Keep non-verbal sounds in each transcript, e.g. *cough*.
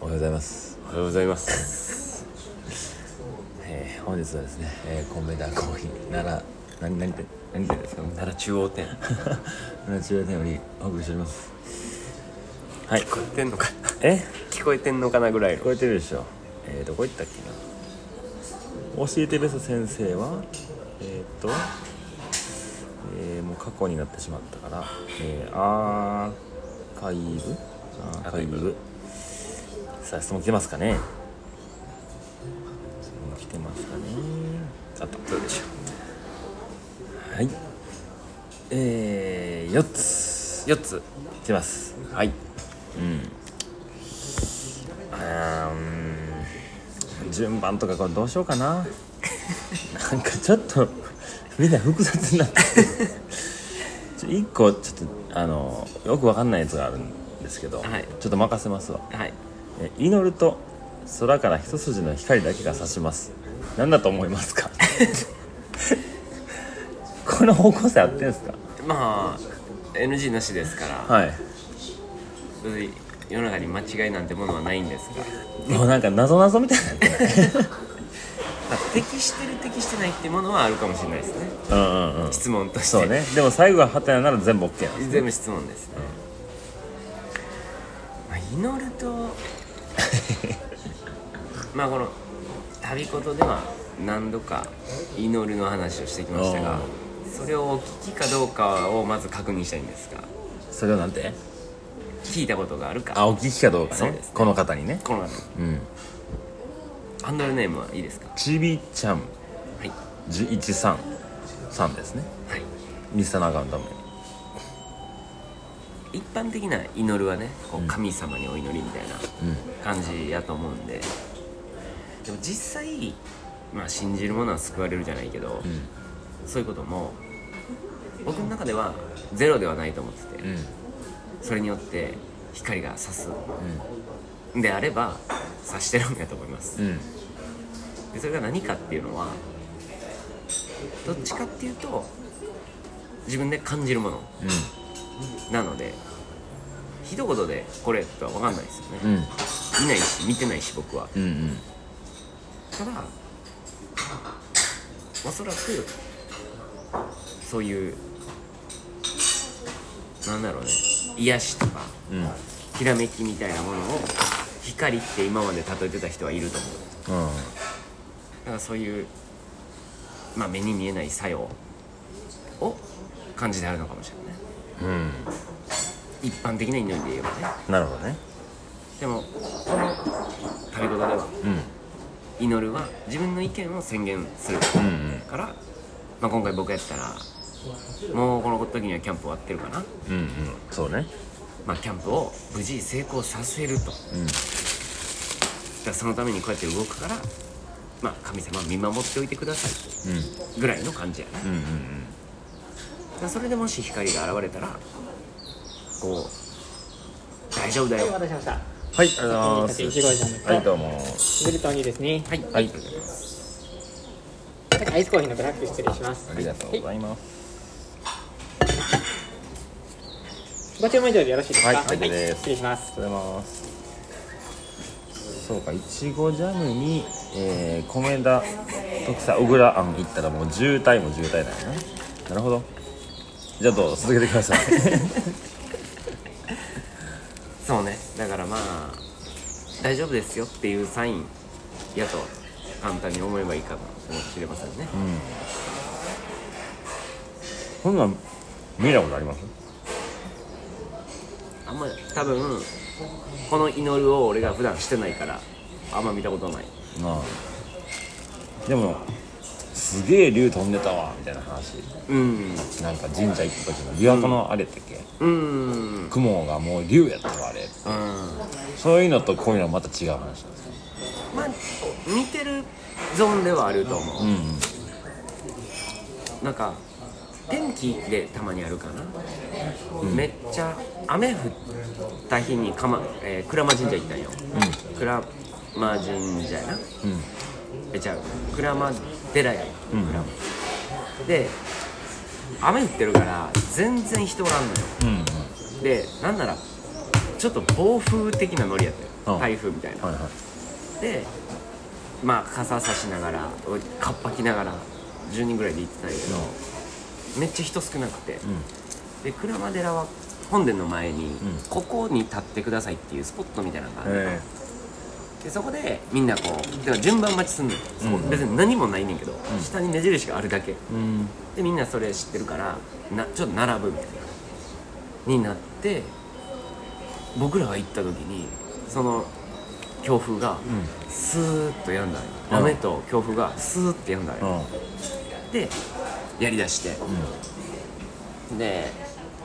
おはようございます、おはようございます。 *laughs* えー、本日はですね、えー、コンベダーコーヒー奈良何何店何店ですか奈奈良中央 *laughs* 店。良中央店よりお送りしておりますはい聞こえてんのか。え聞こえてんのかなぐらい聞の。こえてるでしょえー、どこ行ったっけな教えてベス先生はえー、っとえー、もう過去になってしまったからえー、アーカイブアーカイブさあ質問来てますかね質問来てますかねあったどうでしょはい。えー、4つ。う。四つ。いきます。はい。あーうーん順番とかこれどうしようかな。なんかちょっと、みんな複雑になって *laughs* ちょ一個ちょっと、あの、よくわかんないやつがあるんですけど、はいちょっと任せますわ。はい。え祈ると、空から一筋の光だけが差します。何だと思います *laughs* かこの方向性合ってんすかまあ NG なしですから。はい。別に世の中に間違いなんてものはないんですが。もうなんか謎謎みたいになってないまあ適してる適してないってものはあるかもしれないですね。うんうんうん質問として。そう。ねでも最後がハテナなら全部 OK なんです全部質問ですね。まあ祈る *laughs* と。まあこの旅事では何度か祈るの話をしてきましたがそれをお聞きかどうかをまず確認したいんですがそれをなんて聞いたことがあるかあお聞きかどうかそうねですねこの方にねこのうんハンドルネームはいいですかちびちゃんはい1133ですねはいミスターナガンダム一般的な祈るはねこう神様にお祈りみたいな感じやと思うんででも実際まあ信じるものは救われるじゃないけど、そういうことも僕の中ではゼロではないと思ってて、うんそれによって光が差す、ん、であれば差してるんやと思いますうんでそれが何かっていうのはどっちかっていうと自分で感じるものなので一言でこれとは分かんないですよね、うんうん見ないし見てないし僕はうんうんただおそらくそういうなんだろうね癒しとかうんひらめきみたいなものを光って今まで例えてた人はいると思ううんだからそういう、まあ、目に見えない作用を感じであるのかもしれないねうん一般的な祈りで言えばねなるほどねでもこの旅事では祈るは自分の意見を宣言するうんうんから、まあ、今回僕やったらもうこの時にはキャンプ終わってるかな、うんうんそうねまあ、キャンプを無事成功させると、うんだからそのためにこうやって動くから、まあ、神様見守っておいてくださういぐらいの感じやねんうんだからそれでもし光が現れたらこう大丈夫だよお待たせしました。はいありがとうございます先に立ち位置ご一緒にはいどうもベルト2ですね。はいはいありがとうございますアイスコーヒーのブラック失礼します。ありがとうございますご注文以上でよろしいですか。はいはいです失礼します。ありがとうございますそうかいちごジャムに、えー、米田特産小倉あん行ったらもう渋滞も渋滞だよねなるほどじゃあどうぞ続けてくださいそうねだからまあ大丈夫ですよっていうサインやと簡単に思えばいいかもしれませんね、こんなん見たことありますあんま多分この祈るを俺が普段してないからあんま見たことないああでもすげえ竜飛んでたわみたいな話うんなんか神社行った時の琵琶湖のあれやったっけ、うんうん雲がもう竜やったわあれそういうのとこういうのはまた違う話なんですねまあ似てるゾーンではあると思う、うんなんか天気でたまにあるかな、めっちゃ雨降った日にか、まえー、鞍馬神社行ったんよ、鞍馬神社やな、えじゃあ鞍馬寺やうん鞍馬、で雨降ってるから全然人おらんのようんうんでなんならちょっと暴風的なノリやったあよ台風みたいな、はいはいでまあ傘差しながらかっぱきながら10人ぐらいで行ってたんやけど、めっちゃ人少なくて、で鞍馬寺は本殿の前に、ここに立ってくださいっていうスポットみたいなのがあって、えでそこでみんなこうだから順番待ちすんのよ、そこ別に何もないねんけど、下に目印があるだけ、えうんでみんなそれ知ってるからなちょっと並ぶみたいなになって僕らが行った時にその強風がスーッとやんだんよ、うん雨と強風がスーッてやんだんよ、うんでやりだして、で、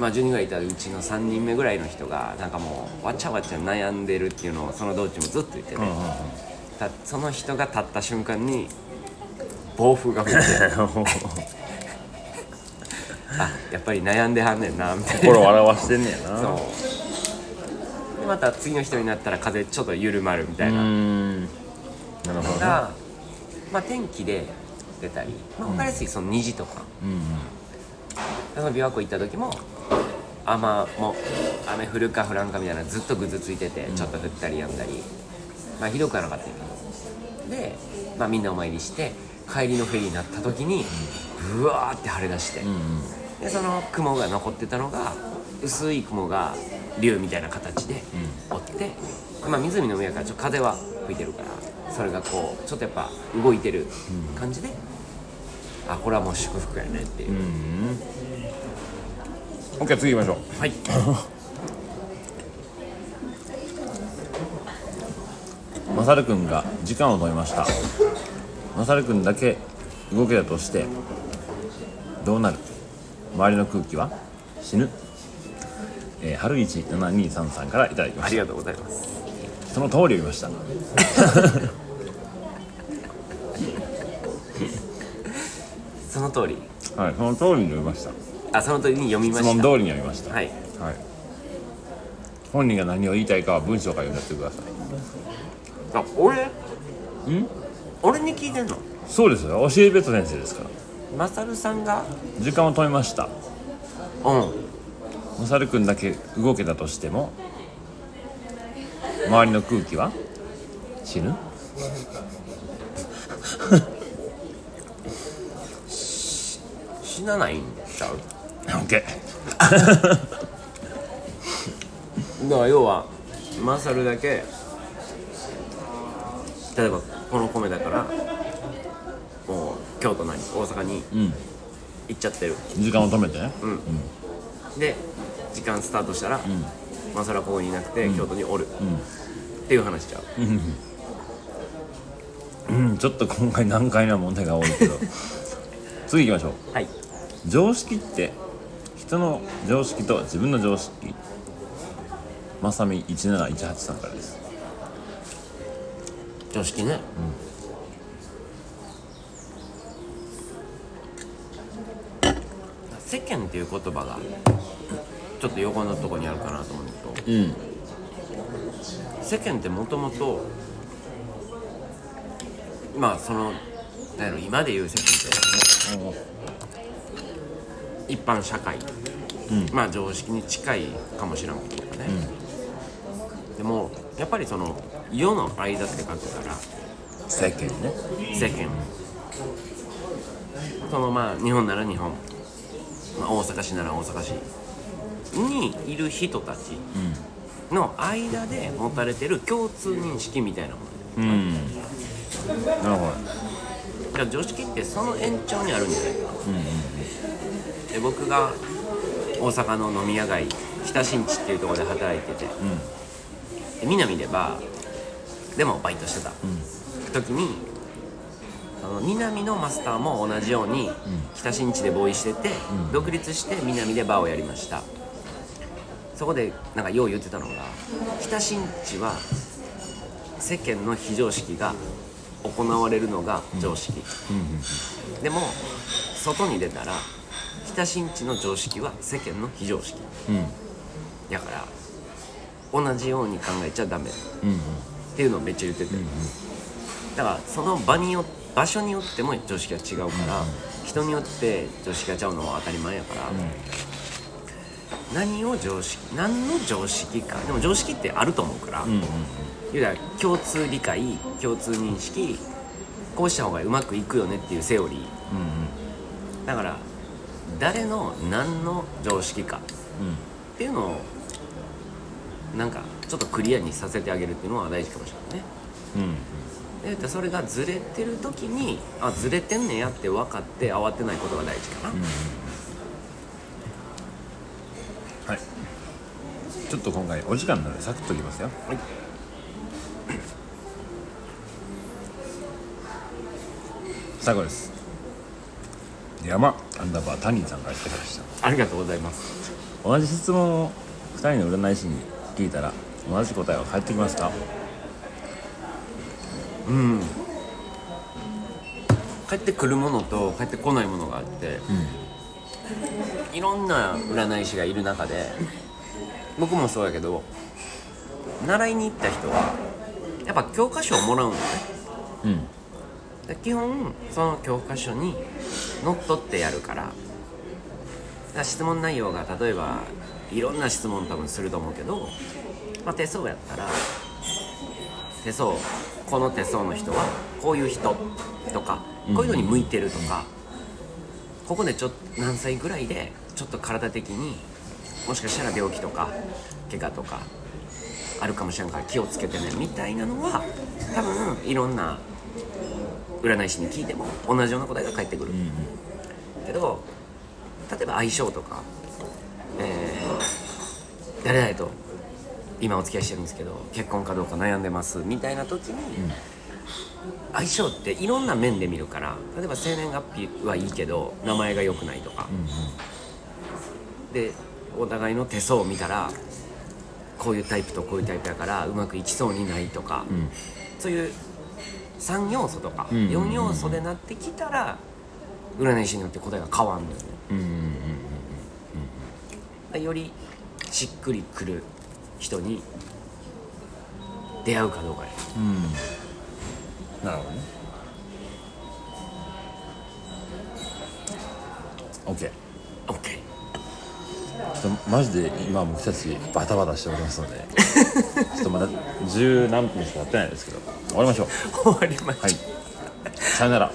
まあ、10人ぐらいいたうちの3人目ぐらいの人がなんかもうわちゃわちゃ悩んでるっていうのをその道中もずっと言ってうんね、たその人が立った瞬間に暴風が吹い *laughs* てうんあやっぱり悩んではんねんなみたいな心を表してんねやなそうでまた次の人になったら風ちょっと緩まるみたういな、んなるほどねが、まあ、天気で出たり、まあ、分かりやすいその虹とか、うんうんその琵琶湖行った時も雨も雨降るか降らんかみたいなずっとぐずついてて、ちょっと降ったりやんだりまあひどくはなかったけどで、まあ、みんなお参りして帰りのフェリーになった時にブワーって晴れ出して、でその雲が残ってたのが薄い雲が竜みたいな形で追って、まあ、湖の上やからちょっと風は吹いてるからそれがこうちょっとやっぱ動いてる感じで、あこれはもう祝福やねっていう。オッケー次行きましょはい。うマサルくんが時間を取りましたマサルくんだけ動けたとしてどうなる周りの空気は死ぬ、えー、春一七二三三からいただきまあしりがとうございます。たその通り読みましたその通り、はいその通りに読みましたあ、その通りに読みま質した。問通りに読みましたはい。はい、本人が何を言いたいかは文章から読んでってくださいあ、俺。ん。俺に聞いてんの。そうですよ教えべと先生ですからマサルさんが。時間を止めましたうん。マサルくんだけ動けたとしても周りの空気は死ぬ死なないんちゃう。 *laughs* OK だから、要は。マサルだけ。例えば、この米だから。もう、京都なり、大阪に。ん行っちゃってる。時間を止めてねで時間スタートしたら、まあそれはここにいなくて、京都におる、っていう話ちゃう、うんちょっと今回難解な問題が多い *laughs* けど次行きましょうはい常識って人の常識と自分の常識まさみ1718さんからです常識ね、世間っていう言葉がちょっと横のとこにあるかなと思うんだけど、世間ってもともとまあそのなんやろ今で言う世間って一般社会、まあ常識に近いかもしれんけどね、でもやっぱりその世の間って書くから世間ね世間そのまあ日本なら日本、まあ、大阪市なら大阪市にいる人たちの間で持たれてる共通認識みたいなものうんなるほどだから常識ってその延長にあるんじゃないかな、で僕が大阪の飲み屋街北新地っていうところで働いてて、で南でバーでもバイトしてた、時にあの南のマスターも同じように北新地でボーイしてて、独立して南でバーをやりましたそこでなんかよう言ってたのが北新地は世間の非常識が行われるのが常識、でも外に出たら北新地の常識は世間の非常識、だから同じように考えちゃダメ、っていうのをめっちゃ言ってて、だからその場によ場所によっても常識が違うから、人によって常識がちゃうのは当たり前やから、何を常識何の常識かでも常識ってあると思うから、うんうん言うたら共通理解共通認識こうした方がうまくいくよねっていうセオリーうんだから誰の何の常識かうんっていうのをなんかちょっとクリアにさせてあげるっていうのは大事かもしれないねうんうんで言うたらそれがずれてる時にあずれてんねんやって分かって慌てないことが大事かな、はいちょっと今回お時間なのでサクッといきますよはい最後です山アンダーバータニーさんからいただきましたありがとうございます同じ質問を2人の占い師に聞いたら同じ答えは返ってきますかうん帰ってくるものと帰ってこないものがあって、いろんな占い師がいる中で僕もそうやけど習いに行った人はやっぱ教科書をもらうのねうんで基本その教科書にのっとってやるからだから質問内容が例えばいろんな質問多分すると思うけど、まあ、手相やったら手相この手相の人はこういう人とかこういうのに向いてるとか、ここでちょっと何歳ぐらいでちょっと体的にもしかしたら病気とか怪我とかあるかもしれんから気をつけてねみたいなのは多分いろんな占い師に聞いても同じような答えが返ってくる、けど例えば相性とか、えー誰々と今お付き合いしてるんですけど結婚かどうか悩んでますみたいな時に、相性っていろんな面で見るから例えば生年月日はいいけど名前が良くないとか、でお互いの手相を見たらこういうタイプとこういうタイプやからうまくいきそうにないとか、そういう3要素とかんうんうん4要素でなってきたら占い師によって答えが変わんのよねうんうんだからよりしっくりくる人に出会うかどうかやうんなるほどね OK オッケー *laughs* ちょっとマジで今僕たちバタバタしておりますのでちょっとまだ十何分しか経ってないですけど終わりましょう終わりました、はいさよなら